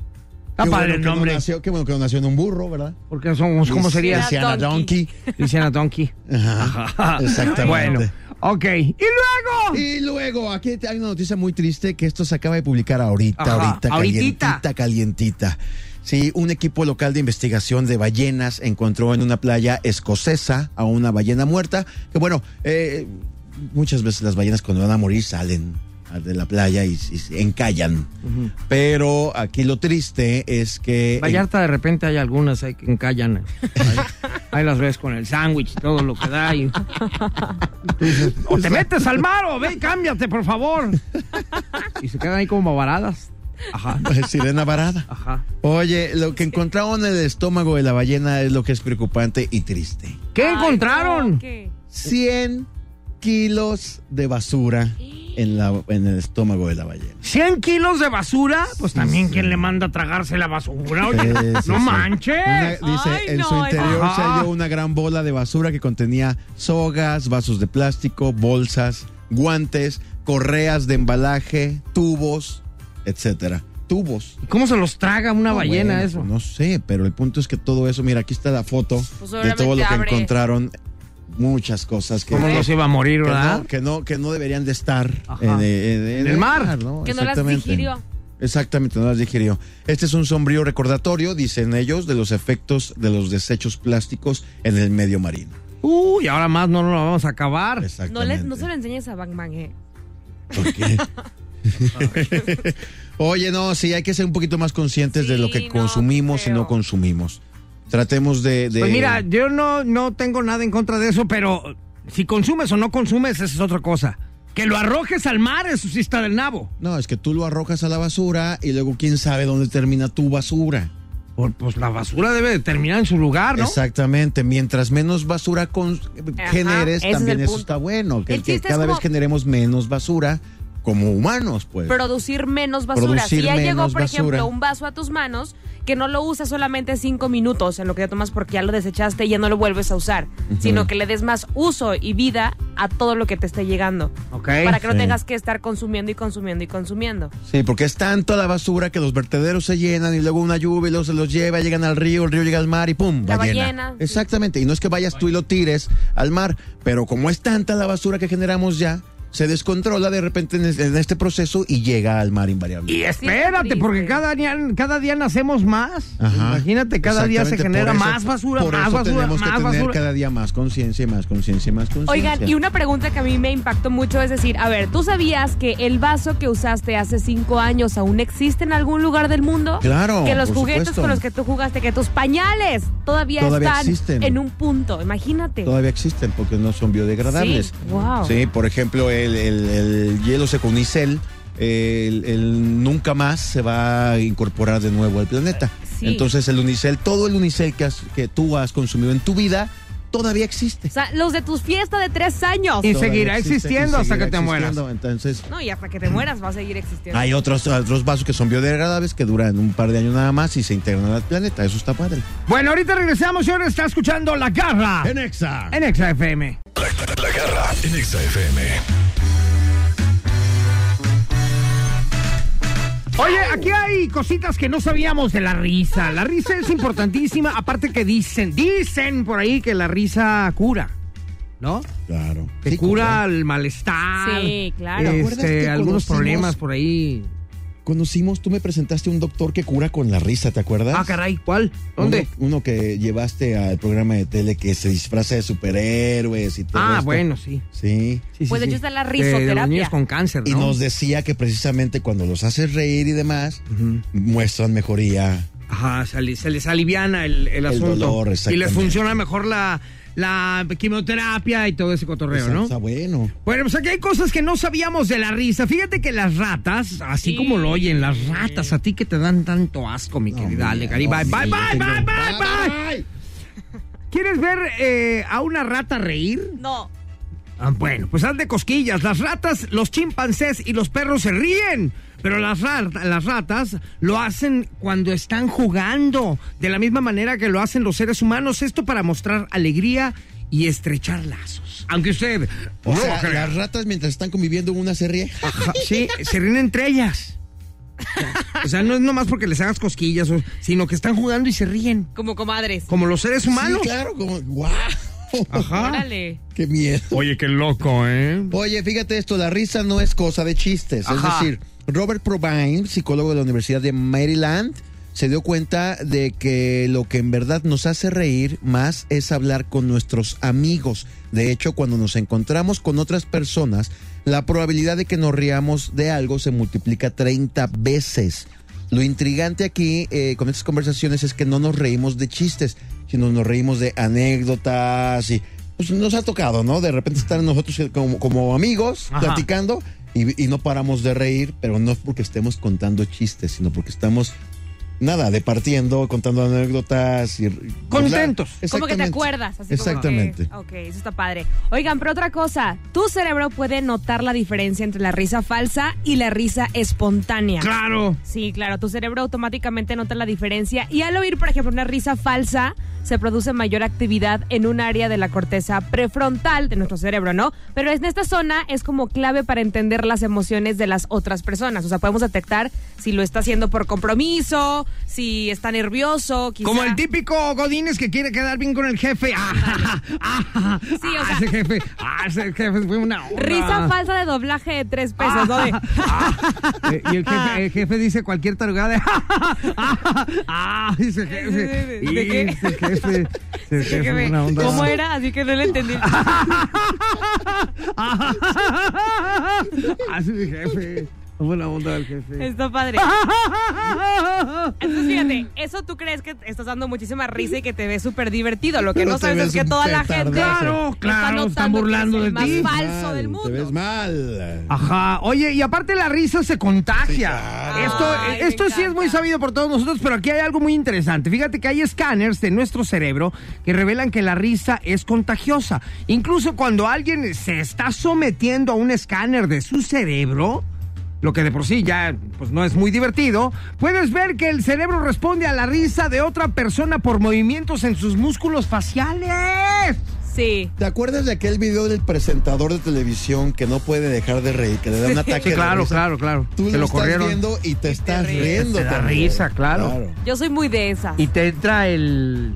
Está Qué bueno padre que el no nombre. nació- qué bueno que no nació en un burro, ¿verdad? porque somos, ¿cómo sería? Lisiana Lisiana Donkey. Donkey. Lisiana Donkey. Ajá, exactamente. Bueno, ok. ¿Y luego? Y luego, aquí te- hay una noticia muy triste que esto se acaba de publicar ahorita, Ajá, ahorita, ahorita. calientita, calientita. Sí, un equipo local de investigación de ballenas encontró en una playa escocesa a una ballena muerta. Que bueno, eh, muchas veces las ballenas cuando van a morir salen de la playa y, y se encallan. Pero aquí lo triste es que... Vallarta de repente hay algunas ahí que encallan. eh. Ahí, ahí las ves con el sándwich, todo lo que da. y- tú dices, o te metes al mar o ve, y cámbiate, por favor. Y se quedan ahí como varadas. Ajá, en- Sirena varada. ajá. Oye, lo que encontraron en el estómago de la ballena es lo que es preocupante y triste. ¿Qué Ay, encontraron? no, ¿qué? 100 kilos de basura en, la, en el estómago de la ballena. 100 kilos de basura, pues también quién le manda a tragarse la basura, oye, Sí, sí, no sí. manches. Una- dice, Ay, en no, su Eva. interior se Ajá. halló una gran bola de basura que contenía sogas, vasos de plástico, bolsas, guantes, correas de embalaje, tubos, etcétera. Tubos. ¿Cómo se los traga una ballena Bueno, eso? No sé, pero el punto es que todo eso, mira, aquí está la foto Pues de todo lo obviamente que abre. encontraron. Muchas cosas que... ¿Cómo no se iba a morir, que verdad? no, que no, que no deberían de estar Ajá. en, eh, en- En el mar. ¿no? Que no las Exactamente. digirió. Exactamente, no las digirió. Este es un sombrío recordatorio, dicen ellos, de los efectos de los desechos plásticos en el medio marino. Uy, ahora más no nos lo vamos a acabar. No, Exactamente. les, no se lo enseñes a Batman, eh. ¿Por qué? Oye, no, sí, hay que ser un poquito más conscientes de lo Sí, que no, consumimos y creo. no consumimos. Tratemos de... de- Pues mira, yo no, no tengo nada en contra de eso, pero si consumes o no consumes, esa es otra cosa. Que lo arrojes al mar, eso sí está del nabo. No, es que tú lo arrojas a la basura y luego quién sabe dónde termina tu basura. Por- pues la basura debe de terminar en su lugar, ¿no? Exactamente, mientras menos basura con- generes, ese es también el eso punto. está bueno, que, El que chiste es cada como- vez generemos menos basura como humanos, pues. Producir menos basura. Producir si ya llegó, menos por basura. ejemplo, un vaso a tus manos, que no lo usas solamente cinco minutos en lo que ya tomas porque ya lo desechaste y ya no lo vuelves a usar, sino que le des más uso y vida a todo lo que te esté llegando. Ok. Para que no Sí. tengas que estar consumiendo y consumiendo y consumiendo. Sí, porque es tanta la basura que los vertederos se llenan y luego una lluvia y luego se los lleva, llegan al río, el río llega al mar y ¡pum! La ballena. ballena. Exactamente, y no es que vayas tú y lo tires al mar, pero como es tanta la basura que generamos ya, se descontrola de repente en, es- en este proceso y llega al mar invariable. Y espérate, triste. porque cada día, cada día nacemos más. Ajá. Imagínate, cada día se Exactamente, genera por eso- más basura, por más eso basura, tenemos más que tener basura. cada día más conciencia y más conciencia y más conciencia. Oigan, y una pregunta que a mí me impactó mucho es decir, a ver, ¿tú sabías que el vaso que usaste hace cinco años aún existe en algún lugar del mundo? Claro, Que los por juguetes supuesto. con los que tú jugaste, que tus pañales todavía, Todavía están existen. en un punto, imagínate. Todavía existen porque no son biodegradables. Sí, wow. Sí, por ejemplo, el, el- el hielo seconicel, el, el nunca más se va a incorporar de nuevo al planeta. Sí. Entonces el unicel, todo el unicel que, has- que tú has consumido en tu vida, todavía existe. O sea, los de tus fiestas de tres años. Y Todavía seguirá existe, existiendo hasta que te mueras. Entonces, No, y hasta que te mueras va a seguir existiendo. hay otros, otros vasos que son biodegradables que duran un par de años nada más y se integran al planeta. Eso está padre. Bueno, ahorita regresamos, señores. Está escuchando La Garra Ah. en, Enexa. Exa FM. La garra en Exa FM. Oye, aquí hay cositas que no sabíamos de la risa. La risa es importantísima, aparte que dicen, dicen por ahí que la risa cura, ¿no? Claro. Te Sí, cura el malestar. Sí, claro. ¿Te acuerdas Este, que algunos conocimos- problemas por ahí. Conocimos, tú me presentaste un doctor que cura con la risa, ¿te acuerdas? Ah, caray, ¿cuál? ¿Dónde? Ah, Uno, uno que llevaste al programa de tele que se disfraza de superhéroes y todo Ah, esto. bueno, sí. Sí. Sí, sí, Pues de sí. hecho está la De- De risoterapia. los niños con cáncer, Y Pues ¿no? nos decía que precisamente cuando los haces reír y demás, Ujú. muestran mejoría. Ajá, se les, se les aliviana el, el asunto. dolor, y les exactamente. funciona mejor la, la quimioterapia y todo ese cotorreo, Está- ¿no? Está bueno. Bueno, pues aquí hay cosas que no sabíamos de la risa. Fíjate que las ratas, así como lo oyen, las ratas a ti que te dan tanto asco, mi querida Ale Cari. Bye, bye, bye, bye, bye, bye. ¿Quieres ver eh, a una rata reír? No. Ah, bueno, pues haz de cosquillas. Las ratas, los chimpancés y los perros se ríen. Pero las, rat- las ratas lo hacen cuando están jugando, de la misma manera que lo hacen los seres humanos. Esto para mostrar alegría y estrechar lazos. Aunque usted... O no sea, crea. las ratas mientras están conviviendo una se ríe. Ja, Sí, se ríen entre ellas. O sea, no es nomás porque les hagas cosquillas, o- sino que están jugando y se ríen. Como comadres. Como los seres humanos. Sí, claro, como guau. Ah, Ajá. Órale. Qué miedo. Oye, qué loco, ¿eh? Oye, fíjate esto, la risa no es cosa de chistes. Ajá. Es decir, Robert Provine, psicólogo de la Universidad de Maryland, se dio cuenta de que lo que en verdad nos hace reír más es hablar con nuestros amigos. De hecho, cuando nos encontramos con otras personas, la probabilidad de que nos riamos de algo se multiplica 30 veces. Lo intrigante aquí eh, con estas conversaciones es que no nos reímos de chistes, sino nos reímos de anécdotas y pues nos ha tocado, ¿no? De repente estar nosotros como, como amigos Ajá. platicando y, y no paramos de reír, pero no es porque estemos contando chistes, sino porque estamos nada, departiendo, contando anécdotas y Contentos. Como que Exactamente. te acuerdas. Así como Exactamente. que- ok, eso está padre. Oigan, pero otra cosa, tu cerebro puede notar la diferencia entre la risa falsa y la risa espontánea. Claro. Sí, claro, tu cerebro automáticamente nota la diferencia y al oír, por ejemplo, una risa falsa, se produce mayor actividad en un área de la corteza prefrontal de nuestro cerebro, ¿no? Pero en esta zona es como clave para entender las emociones de las otras personas, o sea, podemos detectar si lo está haciendo por compromiso, si está nervioso, quizá. Como el típico Godínez que quiere quedar bien con el jefe. Ah, ah, ah, Sí, o ah, sea- ese jefe. Ah, ese jefe fue una. onda. Ah, Risa falsa de doblaje de tres pesos, ¿no? De- Eh, y el jefe, el jefe dice cualquier tarugada. Ah, ah, dice el jefe. ¿De qué? Dice el jefe. Dice el Sí, que jefe, me- una onda. ¿Cómo era? Así que no lo entendí. Ah, Así mi jefe. Buena onda del jefe. Está padre. Entonces, fíjate, eso tú crees que estás dando muchísima risa y que te ves súper divertido. Lo que Pero no te sabes es ves que un toda la gente. petardazo. Claro, claro, está están burlando notando de que ti. es el más falso Mal, del mundo. Te ves mal. Ajá. Oye, y aparte la risa se contagia. claro. Esto, Ay, me esto sí es muy encanta. sabido por todos nosotros, pero aquí hay algo muy interesante. Fíjate que hay escáneres de nuestro cerebro que revelan que la risa es contagiosa. Incluso cuando alguien se está sometiendo a un escáner de su cerebro, lo que de por sí ya pues no es muy divertido, puedes ver que el cerebro responde a la risa de otra persona por movimientos en sus músculos faciales. Sí. ¿Te acuerdas de aquel video del presentador de televisión que no puede dejar de reír, que le da un ataque Sí, de claro, risa? claro, claro. Tú Que lo, lo estás corrieron. viendo y te estás ríes. riendo. Te da también. risa, claro. Yo soy muy de esas. Y te entra el...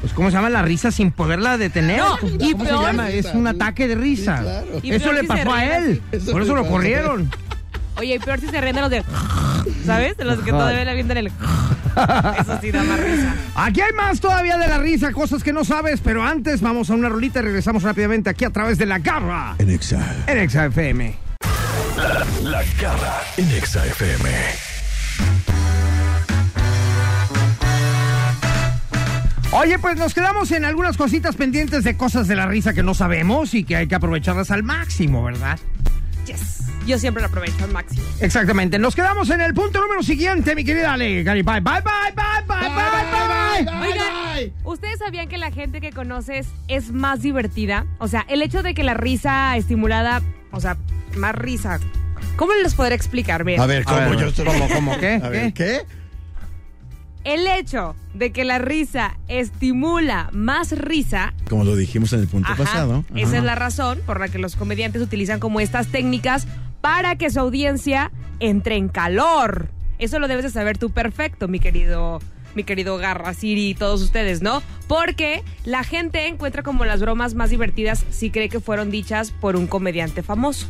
Pues, ¿cómo se llama la risa sin poderla detener? No, ¿Cómo y se peor- llama? Es un ataque de risa. Sí, claro. Y Eso peor le si se pasó a ríen él. Eso Por le eso lo pasa. corrieron. Oye, y peor si se ríen de los de. ¿Sabes? De los que todavía le avientan el. Eso sí da más risa. Aquí hay más todavía de la risa, cosas que no sabes, pero antes vamos a una rolita y regresamos rápidamente aquí a través de la garra En Exa. en XFM. La garra en Exa FM. Oye, pues nos quedamos en algunas cositas pendientes de cosas de la risa que no sabemos y que hay que aprovecharlas al máximo, ¿verdad? Yes. Yo siempre lo aprovecho al máximo. Exactamente. Nos quedamos en el punto número siguiente, mi querida Ale. Gary, bye, bye, bye, bye, bye, bye, bye, bye. Oigan, ¿ustedes sabían que la gente que conoces es más divertida? O sea, el hecho de que la risa estimulada, o sea, más risa. ¿Cómo les podré explicar? Bien. A ver, ¿cómo ver, yo estoy? ¿cómo, cómo, qué, A ver, ¿qué? El hecho de que la risa estimula más risa Como lo dijimos en el punto Ajá. pasado. Esa es la razón por la que los comediantes utilizan como estas técnicas para que su audiencia entre en calor. Eso lo debes de saber tú perfecto, mi querido, mi querido Garra, Siri y todos ustedes, ¿no? Porque la gente encuentra como las bromas más divertidas si cree que fueron dichas por un comediante famoso.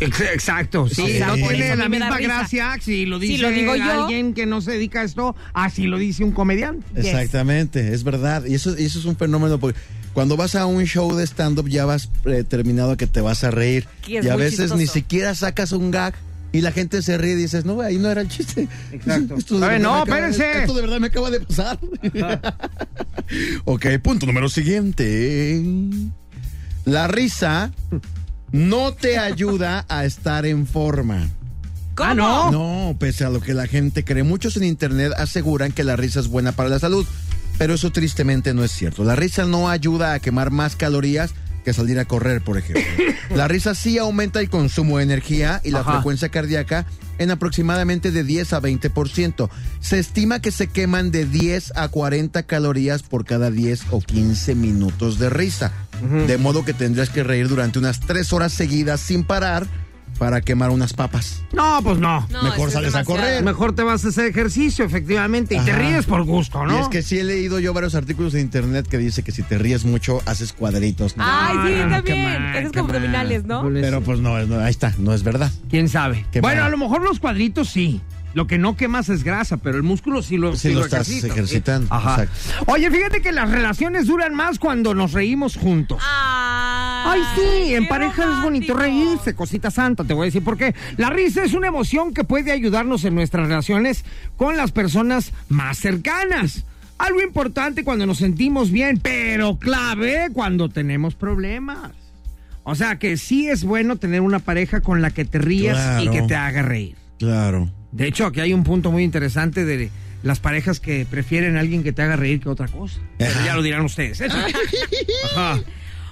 Ex- Exacto, sí, Sí, no sí. tiene Eso la a mí me da misma risa. gracia si lo dice Si lo digo yo. alguien que no se dedica a esto, así lo dice un comediante. Yes. Exactamente, es verdad. Y eso, y eso es un fenómeno porque cuando vas a un show de stand-up ya vas determinado a que te vas a reír. Que es Y a muy veces ni chistoso. siquiera sacas un gag y la gente se ríe y dices, no, güey, ahí no era el chiste. Exacto. de A ver, verdad no, me acaba de- espérense. esto de verdad me acaba de pasar. ok, punto número siguiente. La risa no te ayuda a estar en forma. ¿Cómo? no. No, pese a lo que la gente cree, muchos en internet aseguran que la risa es buena para la salud, pero eso tristemente no es cierto. La risa no ayuda a quemar más calorías que salir a correr, por ejemplo. La risa sí aumenta el consumo de energía y la Ajá. frecuencia cardíaca en aproximadamente de 10 a 20%. Se estima que se queman de 10 a 40 calorías por cada 10 o 15 minutos de risa. De modo que tendrías que reír durante unas 3 horas seguidas sin parar para quemar unas papas. No, pues no. No, Mejor eso es sales a demasiado. correr. Mejor te vas a hacer ejercicio, efectivamente, y te Ajá. ríes por gusto, ¿no? Y es que sí he leído yo varios artículos en internet que dice que si te ríes mucho haces cuadritos. ¿no? Ay, No, sí, Ah, no, no, qué también. mal, Haces qué como mal. abdominales, ¿no? Pero pues no, no, ahí está, no es verdad. quién sabe. Qué bueno, mal. a lo mejor los cuadritos sí. Lo que no quemas es grasa, pero el músculo sí lo, Sí lo estás ejercitas. ejercitando, Ajá. exacto. Oye, fíjate que las relaciones duran más cuando nos reímos juntos. Ay, Ay, sí, en qué pareja es bonito romántico. reírse, cosita santa, te voy a decir por qué. La risa es una emoción que puede ayudarnos en nuestras relaciones con las personas más cercanas. Algo importante cuando nos sentimos bien, pero clave cuando tenemos problemas. O sea que sí es bueno tener una pareja con la que te rías y Claro. que te haga reír. Claro. De hecho, aquí hay un punto muy interesante de las parejas que prefieren a alguien que te haga reír que otra cosa. Pero ya lo dirán ustedes. eso. Ajá.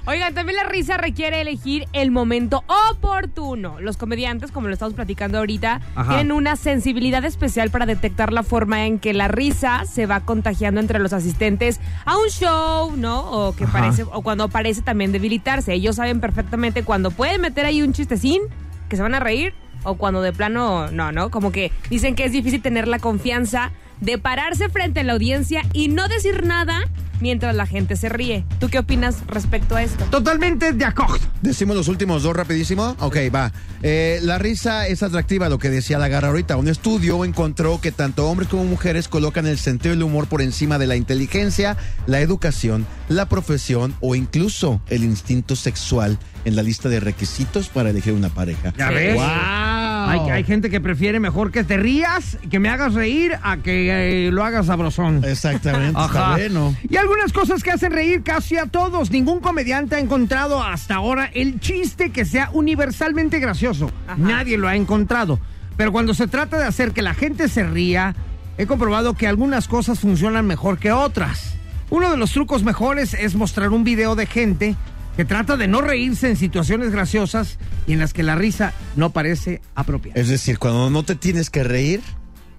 Oigan, también la risa requiere elegir el momento oportuno. Los comediantes, como lo estamos platicando ahorita, Ajá. tienen una sensibilidad especial para detectar la forma en que la risa se va contagiando entre los asistentes a un show, ¿no? O que Ajá. parece o cuando parece también debilitarse. Ellos saben perfectamente cuando pueden meter ahí un chistecín que se van a reír o cuando de plano no, ¿no? Como que dicen que es difícil tener la confianza de pararse frente a la audiencia y no decir nada mientras la gente se ríe. ¿Tú qué opinas respecto a esto? Totalmente de acuerdo. Decimos los últimos dos rapidísimo. Ok, va. Eh, la risa es atractiva, lo que decía la garra ahorita. Un estudio encontró que tanto hombres como mujeres colocan el sentido del humor por encima de la inteligencia, la educación, la profesión o incluso el instinto sexual en la lista de requisitos para elegir una pareja. ¿Ya ves? Wow. Hay, hay gente que prefiere mejor que te rías, que me hagas reír, a que eh, lo hagas sabrosón. Exactamente, está Ajá. bueno. Y algunas cosas que hacen reír casi a todos. Ningún comediante ha encontrado hasta ahora el chiste que sea universalmente gracioso. Ajá. Nadie lo ha encontrado. Pero cuando se trata de hacer que la gente se ría, he comprobado que algunas cosas funcionan mejor que otras. Uno de los trucos mejores es mostrar un video de gente que trata de no reírse en situaciones graciosas y en las que la risa no parece apropiada. Es decir, cuando no te tienes que reír,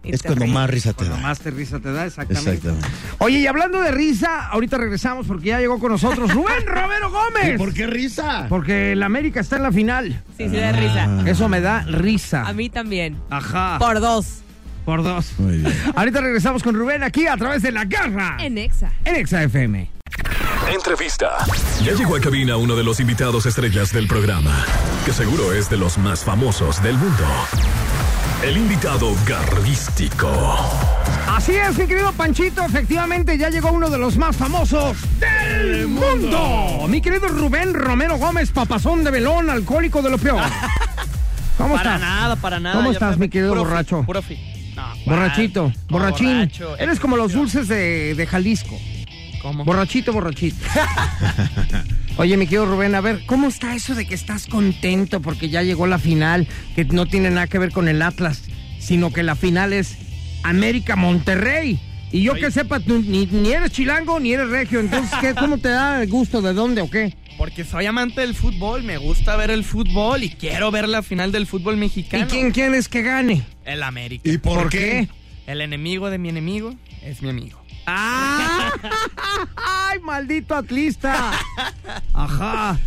Y es te cuando ríes. más risa te Cuando da. más te risa te da, exactamente. Exactamente. Oye, y hablando de risa, ahorita regresamos porque ya llegó con nosotros Rubén Romero Gómez. qué risa? Porque el América está en la final. Sí, sí, Ah. da Ah. risa. Eso me da risa. A mí también. Ajá. Por, Por dos. dos. Muy bien. Ahorita regresamos con Rubén aquí a través de la garra. En Exa. en Exa FM. Entrevista. Ya llegó a cabina uno de los invitados estrellas del programa, que seguro es de los más famosos del mundo. El invitado garrístico. Así es, mi querido Panchito, efectivamente ya llegó uno de los más famosos del mundo. Mi querido Rubén Romero Gómez, papazón de velón, alcohólico de lo peor. ¿Cómo Para estás? nada, para nada. ¿Cómo ya estás, fue- mi querido puro fi- borracho? puro fi- No, ¿cuál? Borrachito, No, borrachín. borracho, Eres como los explosión. dulces de, de Jalisco. ¿Cómo? Borrachito, borrachito. Oye, mi querido Rubén, a ver, ¿cómo está eso de que estás contento porque ya llegó la final, que no tiene nada que ver con el Atlas, sino que la final es América-Monterrey? Y yo que sepa, tú ni, ni eres chilango ni eres regio, entonces, ¿qué, ¿cómo te da el gusto? ¿De dónde o qué? Porque soy amante del fútbol, me gusta ver el fútbol y quiero ver la final del fútbol mexicano. ¿Y quién quieres que gane? El América. ¿Y por qué? El enemigo de mi enemigo es mi amigo. ¡Ah! ¡Ay, maldito atlista! Ajá.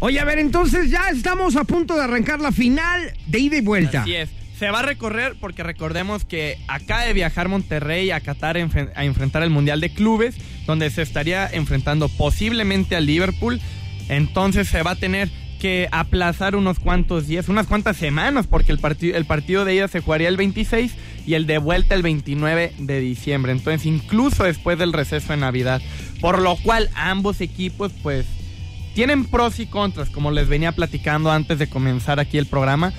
Oye, a ver, entonces ya estamos a punto de arrancar la final de ida y vuelta. Así es. Se va a recorrer porque recordemos que acaba de viajar Monterrey a Qatar a enfren- a enfrentar el Mundial de Clubes, donde se estaría enfrentando posiblemente a Liverpool. Entonces se va a tener que aplazar unos cuantos días, unas cuantas semanas, porque el, parti- el partido de ida se jugaría el 26 y el de vuelta el 29 de diciembre. Entonces incluso después del receso de Navidad. Por lo cual ambos equipos pues tienen pros y contras, como les venía platicando antes de comenzar aquí el programa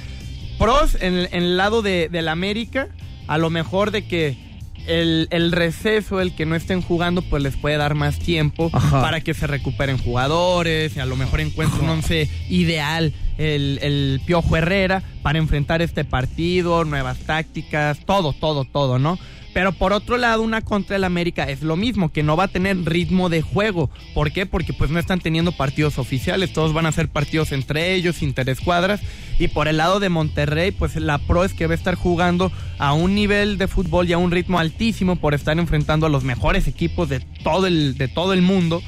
pros en, el- en el lado de, del América, a lo mejor de que el, el receso, el que no estén jugando, pues les puede dar más tiempo Ajá. para que se recuperen jugadores, y a lo mejor encuentren un once ideal el, el Piojo Herrera para enfrentar este partido, nuevas tácticas, todo, todo, todo, ¿no? Pero por otro lado, una contra el América es lo mismo, que no va a tener ritmo de juego. ¿Por qué? Porque pues no están teniendo partidos oficiales, todos van a ser partidos entre ellos, interescuadras. Y por el lado de Monterrey, pues la pro es que va a estar jugando a un nivel de fútbol y a un ritmo altísimo por estar enfrentando a los mejores equipos de todo el, de todo el mundo.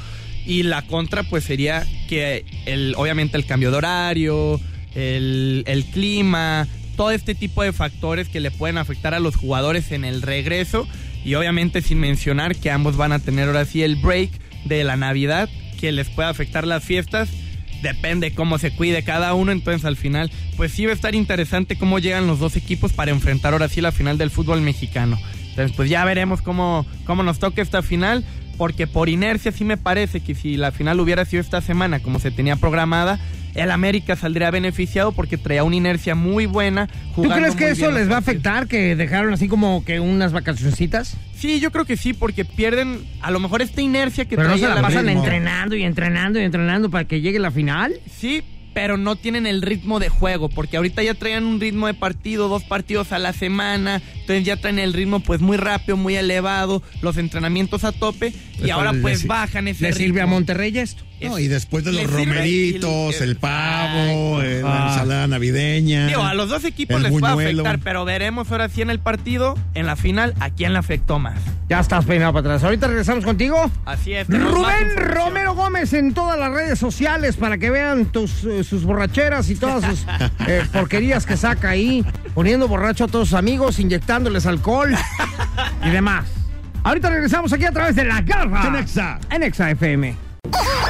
Y la contra, pues sería que el, obviamente el cambio de horario, el, el clima, todo este tipo de factores que le pueden afectar a los jugadores en el regreso. Y obviamente sin mencionar que ambos van a tener ahora sí el break de la Navidad, que les puede afectar las fiestas. Depende cómo se cuide cada uno, entonces al final, pues sí va a estar interesante cómo llegan los dos equipos para enfrentar ahora sí la final del fútbol mexicano. Entonces, pues ya veremos cómo, cómo nos toca esta final, porque por inercia sí me parece que si la final hubiera sido esta semana como se tenía programada, el América saldría beneficiado porque traía una inercia muy buena. ¿Tú jugando crees que muy eso bien los les va a partidos. afectar, que dejaron así como que unas vacacioncitas? Sí, yo creo que sí, porque pierden a lo mejor esta inercia que Pero no se traía la pasan América. entrenando y entrenando y entrenando para que llegue la final. Sí, pero no tienen el ritmo de juego, porque ahorita ya traen un ritmo de partido, dos partidos a la semana, entonces ya traen el ritmo pues muy rápido, muy elevado, los entrenamientos a tope, y ahora le pues sir- bajan ese ¿Le sirve a ritmo. Monterrey esto? Es- No, y después de le los sirve romeritos, y- el pavo, eh, Ah. la ensalada navideña. Digo, a los dos equipos el les buñuelo. va a afectar, pero veremos ahora sí en el partido, en la final, a quién le afectó más. Ya estás peinado para atrás. Ahorita regresamos contigo. Así es. tenemos más Rubén información. Romero Gómez en todas las redes sociales para que vean tus, eh, sus borracheras y todas sus eh, porquerías que saca ahí, poniendo borracho a todos sus amigos, inyectándoles alcohol y demás. Ahorita regresamos aquí a través de La Garra. En Exa. En Exa FM.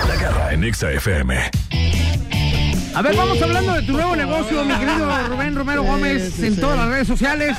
La garra en Exa FM. A ver, vamos hablando de tu nuevo negocio, mi querido Rubén Romero Gómez, en todas las redes sociales.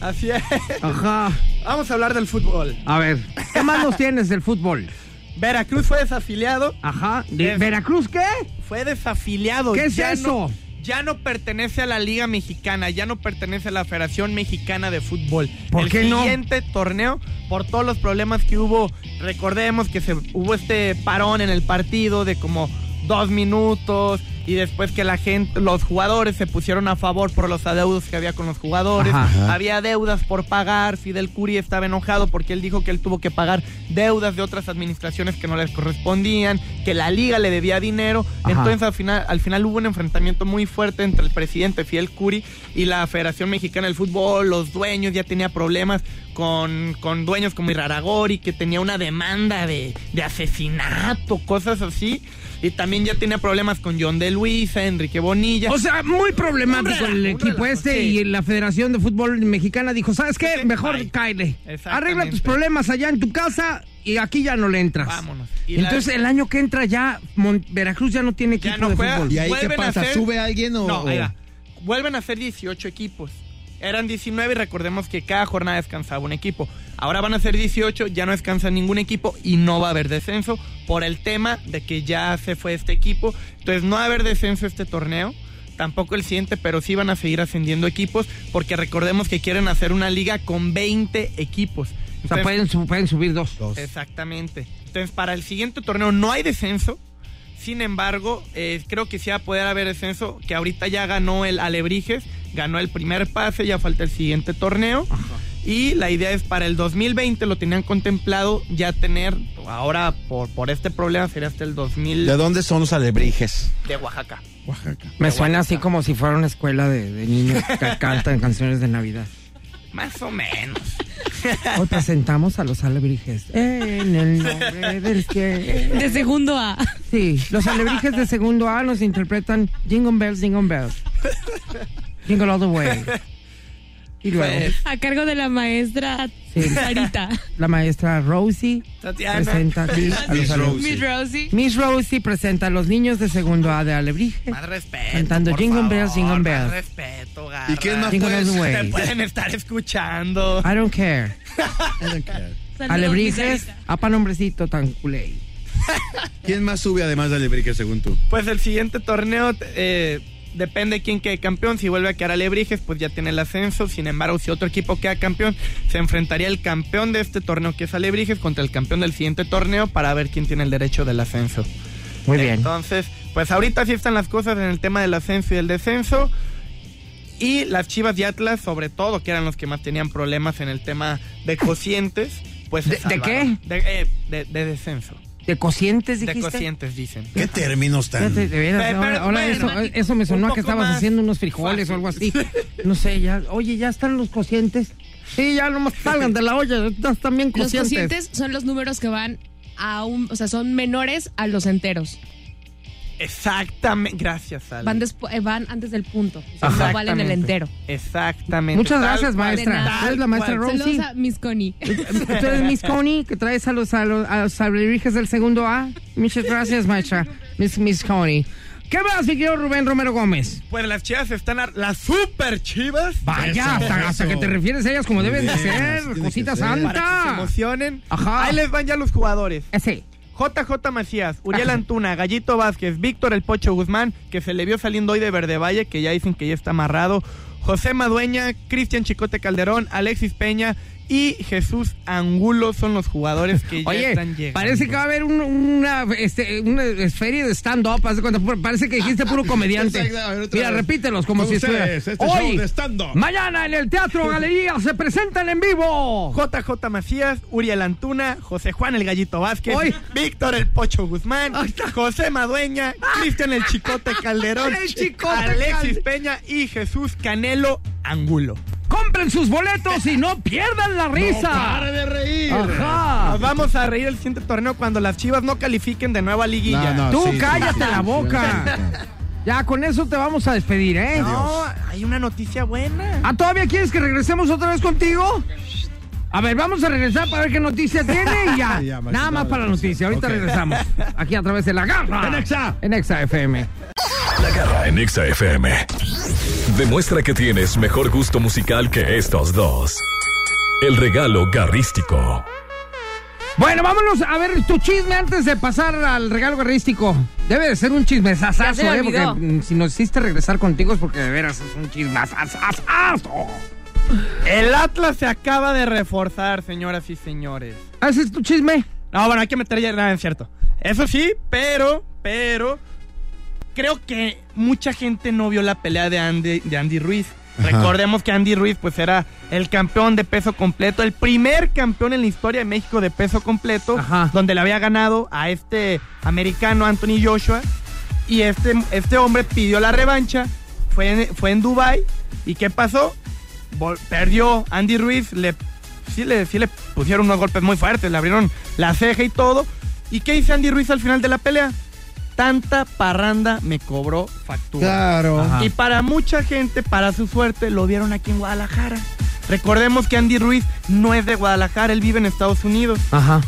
Así es. Ajá. Vamos a hablar del fútbol. A ver, ¿qué más nos tienes del fútbol? Veracruz fue desafiliado Ajá. ¿De Es- Veracruz qué? fue desafiliado. ¿Qué es Ya eso? no- ya no pertenece a la Liga Mexicana, ya no pertenece a la Federación Mexicana de Fútbol. ¿Por El qué no? siguiente torneo, por todos los problemas que hubo, recordemos que se, hubo este parón en el partido de como dos minutos y después que la gente, los jugadores se pusieron a favor por los adeudos que había con los jugadores. Ajá. Había deudas por pagar. Fidel Curi estaba enojado porque él dijo que él tuvo que pagar deudas de otras administraciones que no les correspondían, que la liga le debía dinero. Ajá. Entonces al final, al final hubo un enfrentamiento muy fuerte entre el presidente Fidel Curi y la Federación Mexicana del Fútbol, los dueños, ya tenía problemas con, con dueños como Iraragori, que tenía una demanda de, de asesinato, cosas así. Y también ya tenía problemas con John de Luisa, Enrique Bonilla. O sea, muy problemático Un relajo, el un equipo relajo, este sí. y la Federación de Fútbol Mexicana dijo, ¿sabes qué? Sí, Mejor bye. cáele. Exactamente. Arregla tus problemas allá en tu casa y aquí ya no le entras. Vámonos. Y la- Entonces el año que entra ya Mon- Veracruz ya no tiene equipo Ya no de juega. fútbol. ¿Y ahí qué Vuelven a pasa? hacer- ¿Sube alguien o.? No, ahí va. Vuelven a ser 18 equipos. Eran 19 y recordemos que cada jornada descansaba un equipo. Ahora van a ser 18, ya no descansa ningún equipo y no va a haber descenso por el tema de que ya se fue este equipo. Entonces no va a haber descenso este torneo, tampoco el siguiente, pero sí van a seguir ascendiendo equipos porque recordemos que quieren hacer una liga con 20 equipos. O sea, Entonces- pueden, su- pueden subir dos. Exactamente. Entonces, para el siguiente torneo no hay descenso. Sin embargo, eh, creo que sí va a poder haber descenso, que ahorita ya ganó el Alebrijes, ganó el primer pase, ya falta el siguiente torneo. Y la idea es para el 2020, lo tenían contemplado ya tener, ahora por, por este problema sería hasta el 2000 ¿De de, dónde son los alebrijes? Oaxaca. Me suena así como si fuera una escuela de, de niños que cantan canciones de Navidad. Más o menos. Hoy presentamos a los alebrijes. En el nombre del que... De segundo a. Sí, los alebrijes de segundo A nos interpretan Jingle Bells, Jingle Bells. Jingle All the Way. Y luego, Pues, A cargo de la maestra Sí. Sarita. la maestra Rosie Tatiana. presenta. a los ale- Miss Rosie. Miss Rosie presenta a los niños de segundo A de alebrijes. Más respeto. Cantando por Jingle Bells, favor, Jingle Bells. Más respeto, garra. ¿Y quién más Jingle All the puede? Te Way. pueden estar escuchando. I don't care. Saludos, Alebrijes, mi Sarita. apa nombrecito tan culé. ¿Quién más sube además de alebrijes según tú? Pues el siguiente torneo eh, depende quién quede campeón. Si vuelve a quedar Alebrijes, pues ya tiene el ascenso. Sin embargo, si otro equipo queda campeón, se enfrentaría el campeón de este torneo, que es Alebrijes, contra el campeón del siguiente torneo para ver quién tiene el derecho del ascenso. Muy bien. Entonces, pues ahorita sí están las cosas en el tema del ascenso y el descenso. Y las Chivas y Atlas, sobre todo, que eran los que más tenían problemas en el tema de cocientes, pues... se ¿De- de salvaron. De, eh, de- de descenso. ¿De cocientes dijiste? De cocientes, dicen. ¿Qué términos tan.? Fíjate, de veras, Pero- ahora, pero ahora bueno, eso, eso me sonó un a que poco estabas más haciendo unos frijoles o algo así. No sé, ya, oye, ya están los cocientes. Sí, ya nomás salgan de la olla, ya están bien Los cocientes. cocientes son los números que van a un, o sea, son menores a los enteros. Exactamente. Gracias, Ale. Van despu- eh, van antes del punto. O sea, Ajá. no valen el entero. Exactamente. Muchas Tal gracias, de cual. maestra. nada. Tú eres la maestra Tal Rosie. Saludos a Miss Connie. Tú eres Miss Connie, que traes a los, a los, a los alebrijes del segundo A. Muchas gracias, maestra. Miss, Miss Connie. ¿Qué más, mi querido Rubén Romero Gómez? Pues las chivas están... ar- Las super chivas. Vaya, Eso, hasta, hasta eso. que te refieres a ellas como Muy deben de bien, así ser, tiene que cosita ser. Para que se santa. emocionen. Ajá. Ahí les van ya los jugadores. Ese. JJ Macías, Uriel Antuna, Gallito Vázquez, Víctor El Pocho Guzmán, que se le vio saliendo hoy de Verde Valle, que ya dicen que ya está amarrado, José Madueña, Cristian Chicote Calderón, Alexis Peña y Jesús Angulo son los jugadores que ya están Oye, llegando. parece que va a haber un- una, este, una feria de stand-up. haz de cuenta, pu- Parece que dijiste puro comediante. Exacto, a ver, otra Mira, vez. repítelos como Con si estuviera. ustedes, este Hoy, show de stand-up. mañana en el Teatro Galería se presentan en vivo. JJ Macías, Uriel Antuna, José Juan el Gallito Vázquez, Hoy. Víctor el Pocho Guzmán, Ahí está. ¡Ah! José Madueña, Cristian el Chicote Calderón, El Chicote Alexis Calde- Peña y Jesús Canelo Angulo. Compren sus boletos y no pierdan la risa. ¡Pare de reír! Ajá. Nos vamos a reír el siguiente torneo cuando las chivas no califiquen de nueva liguilla. No, no. Tú sí, sí, cállate sí, la sí, boca. Ya, con eso te vamos a despedir, ¿eh? No, hay una noticia buena. ¿Ah, todavía quieres que regresemos otra vez contigo? A ver, vamos a regresar para ver qué noticia tiene y ya. Sí, ya, Maxi, Nada más dale, para la Maxi. noticia. Ahorita Ok. regresamos. Aquí a través de la garra. En Exa. En Exa FM. La garra en Exa FM. Demuestra que tienes mejor gusto musical que estos dos. El regalo garrístico. Bueno, vámonos a ver tu chisme antes de pasar al regalo garrístico. Debe de ser un Ya chismesazazo, se me ¿eh? Porque olvidó. mm, si nos hiciste regresar contigo es porque de veras es un chismesazazazo. El Atlas se acaba de reforzar, señoras y señores. ¿Ese es tu chisme? No, bueno, hay que meter ya nada, es cierto. Eso sí, pero, pero. Creo que mucha gente no vio la pelea de Andy, de Andy Ruiz. Ajá. Recordemos que Andy Ruiz, pues, era el campeón de peso completo, el primer campeón en la historia de México de peso completo, Ajá. donde le había ganado a este americano Anthony Joshua. Y este, este hombre pidió la revancha, fue en, fue en Dubai ¿Y qué pasó? Vol- perdió Andy Ruiz, le sí, le sí le pusieron unos golpes muy fuertes, le abrieron la ceja y todo. ¿Y qué hizo Andy Ruiz al final de la pelea? Tanta parranda me cobró factura. Claro. Y para mucha gente, para su suerte, lo vieron aquí en Guadalajara. Recordemos que Andy Ruiz no es de Guadalajara, él vive en Estados Unidos. Ajá.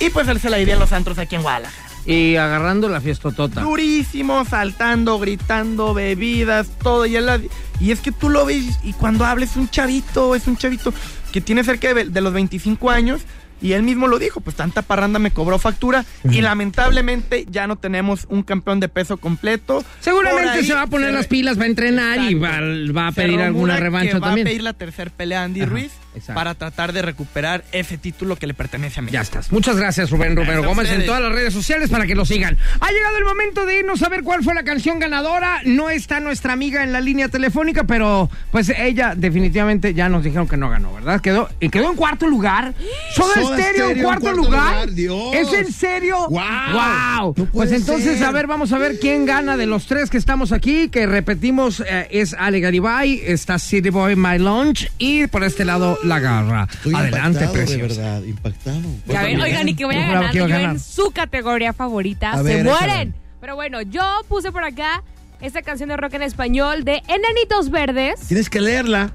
Y pues él se la vivía en los antros aquí en Guadalajara. Y agarrando la fiestotota. Durísimo, saltando, gritando, bebidas, todo. Y, él la- y es que tú lo ves y cuando hablas es un chavito, es un chavito que tiene cerca de, ve- de los 25 años. Y él mismo lo dijo, pues tanta parranda me cobró factura y lamentablemente ya no tenemos un campeón de peso completo. Por Seguramente ahí se va a poner se- las pilas, va a entrenar y va, va a se pedir rumora alguna que revancha va también. a pedir la tercera pelea a Andy Ajá, Ruiz exacto. para tratar de recuperar ese título que le pertenece a México. Ya estás. Muchas gracias, Rubén Romero Gracias a Gómez en ustedes. todas las redes sociales para que lo sigan. Ha llegado el momento de irnos a ver cuál fue la canción ganadora. No está nuestra amiga en la línea telefónica, pero pues ella definitivamente ya nos dijeron que no ganó, ¿verdad? Quedó, y quedó en cuarto lugar. Soda, Soda Stereo en Stereo cuarto, lugar. ¿Es en serio? ¡Wow! ¡Wow! No pues puede entonces, ser. a ver, vamos a ver quién gana de los tres que estamos aquí, que repetimos, eh, es Ale Garibay, está City Boy My Lunch y por este lado La Garra. Adelante, impactado, de preciosa. verdad, impactado. Ya ven, oigan, y que voy Yo a juraba ganar que iba yo a ganar. en su categoría favorita. A ¡Se ver, échala. mueren! Pero bueno, yo puse por acá esta canción de rock en español de Enanitos Verdes. Tienes que leerla.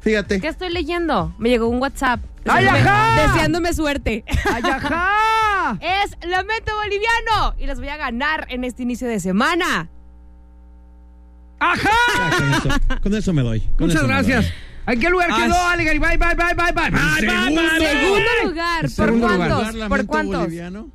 Fíjate. ¿Qué estoy leyendo? Me llegó un WhatsApp. ¡Ay, Deseándome- ajá! Deseándome suerte. ¡Ayajá! Es Lamento Boliviano. Y los voy a ganar en este inicio de semana. Ah, ¡Ajá! Con eso, con eso me doy. con Muchas eso me gracias. doy. ¿En qué lugar Ah, quedó sí. Ale Garibay? Bye, bye, bye, bye, bye. Bye, bye, segundo. bye, bye. Segundo lugar. ¿Por Segundo lugar. cuántos? ¿Por Lamento cuántos? boliviano.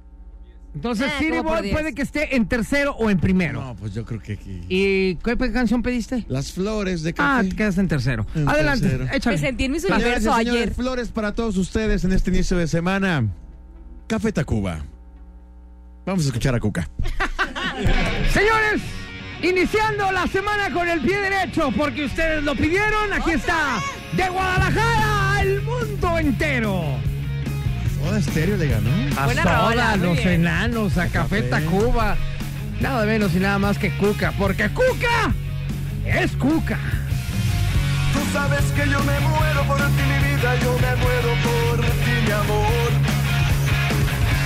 Entonces, Ah, City como por Boy diez. puede que esté en tercero o en primero. No, pues yo creo que aquí. ¿Y qué pe- canción pediste? Las flores de Ah, te quedaste en tercero. En Adelante, tercero. échale. Señoras y señores, flores para todos ustedes en este inicio de semana. Café Tacuba. Vamos a escuchar a Cuca. Señores, iniciando la semana con el pie derecho, porque ustedes lo pidieron. Aquí está, de Guadalajara al mundo entero. Soda Stereo le ganó. A Soda, los enanos, a Café Tacuba. Nada menos y nada más que Cuca, porque Cuca es Cuca. Tú sabes que yo me muero por ti, mi vida, yo me muero por ti, mi amor.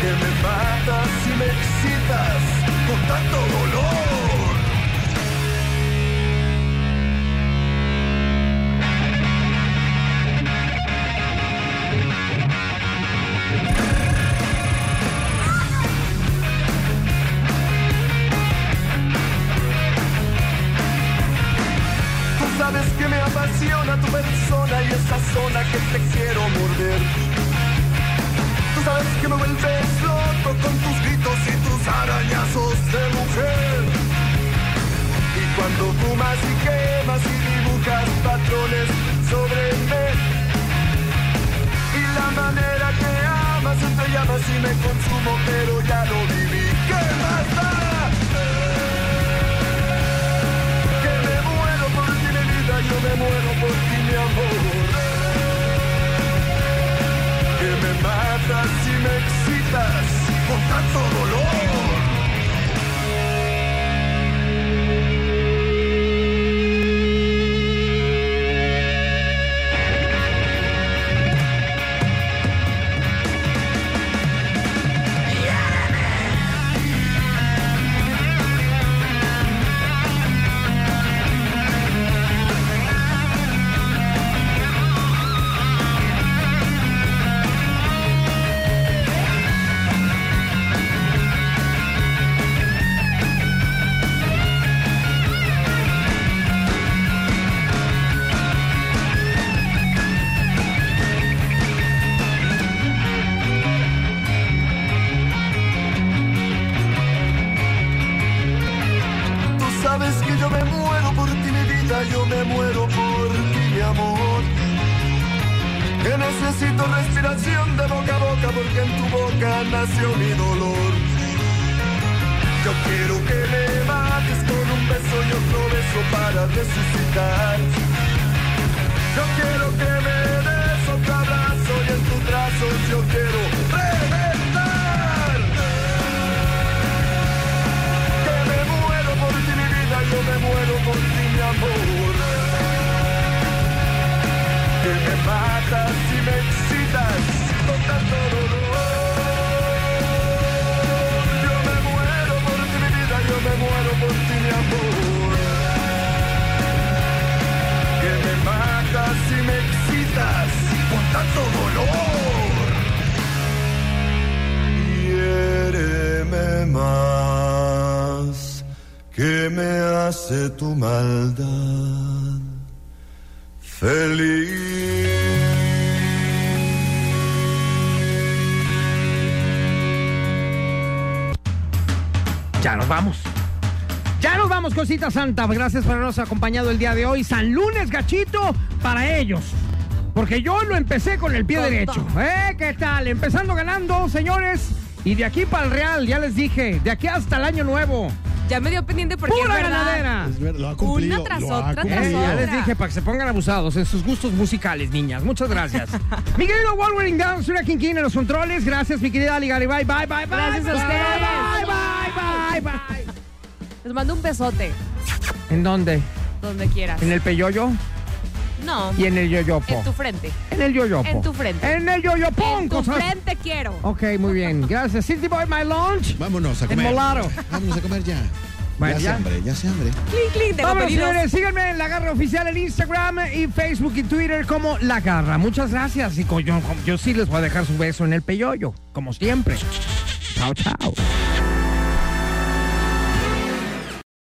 Que me matas y me excitas con tanto dolor. Tú sabes que me apasiona tu persona y esa zona que te quiero morder. Tú sabes que me vuelves loco con tus gritos y tus arañazos de mujer. Y cuando fumas y quemas y dibujas patrones sobre mí. Y la manera que amas entre llamas y me consumo, pero ya lo viví. ¿Qué más da? Que me muero por ti, mi vida, yo me muero por ti, mi amor. Que me matas y me excitas con tanto dolor. Tú sabes que yo me muero por ti, mi vida, yo me muero por ti, mi amor. Que necesito respiración de boca a boca porque en tu boca nació mi dolor. Yo quiero que me mates con un beso y otro beso para resucitar. Yo quiero que me des otro abrazo y en tus brazos yo quiero reventar. hace tu maldad feliz. Ya nos vamos. Ya nos vamos, cosita santa. Gracias por habernos acompañado el día de hoy. San lunes, gachito, para ellos. Porque yo lo empecé con el pie derecho. ¿Eh? ¿Qué tal? Empezando ganando, señores. Y de aquí para el Real, ya les dije, de aquí hasta el año nuevo. Ya me dio pendiente porque ¡Pura es verdad. ganadera! ¿Eh? Es verdad, lo ha cumplido, Una tras lo ha otra, tras Ya les otra. dije, para que se pongan abusados en sus gustos musicales, niñas. Muchas gracias. mi querido Wolverine Down, Sura King King en los controles. Gracias, mi querida Ali Garibay. Bye, bye, bye. Gracias a bye, ustedes. Bye, bye, bye, bye. Les mando un besote, bye. ¿En dónde? donde quieras. ¿En el peyoyo? No. Y en el yoyopo. En tu frente. En el yoyopo. En tu frente. En el yoyopón, En tu cosas- Oh, frente quiero. Ok, muy bien. Gracias. City Boy, my lunch. Vámonos a comer. Enmolado. Vámonos a comer ya. Bueno, ya, ya. se hambre, ya se hambre. Clink, clink, tengo Vámonos, pedidos. señores. Síganme en La Garra Oficial en Instagram y Facebook y Twitter como La Garra. Muchas gracias. Y co- yo, yo sí les voy a dejar su beso en el peyoyo, como siempre. Chao, chao.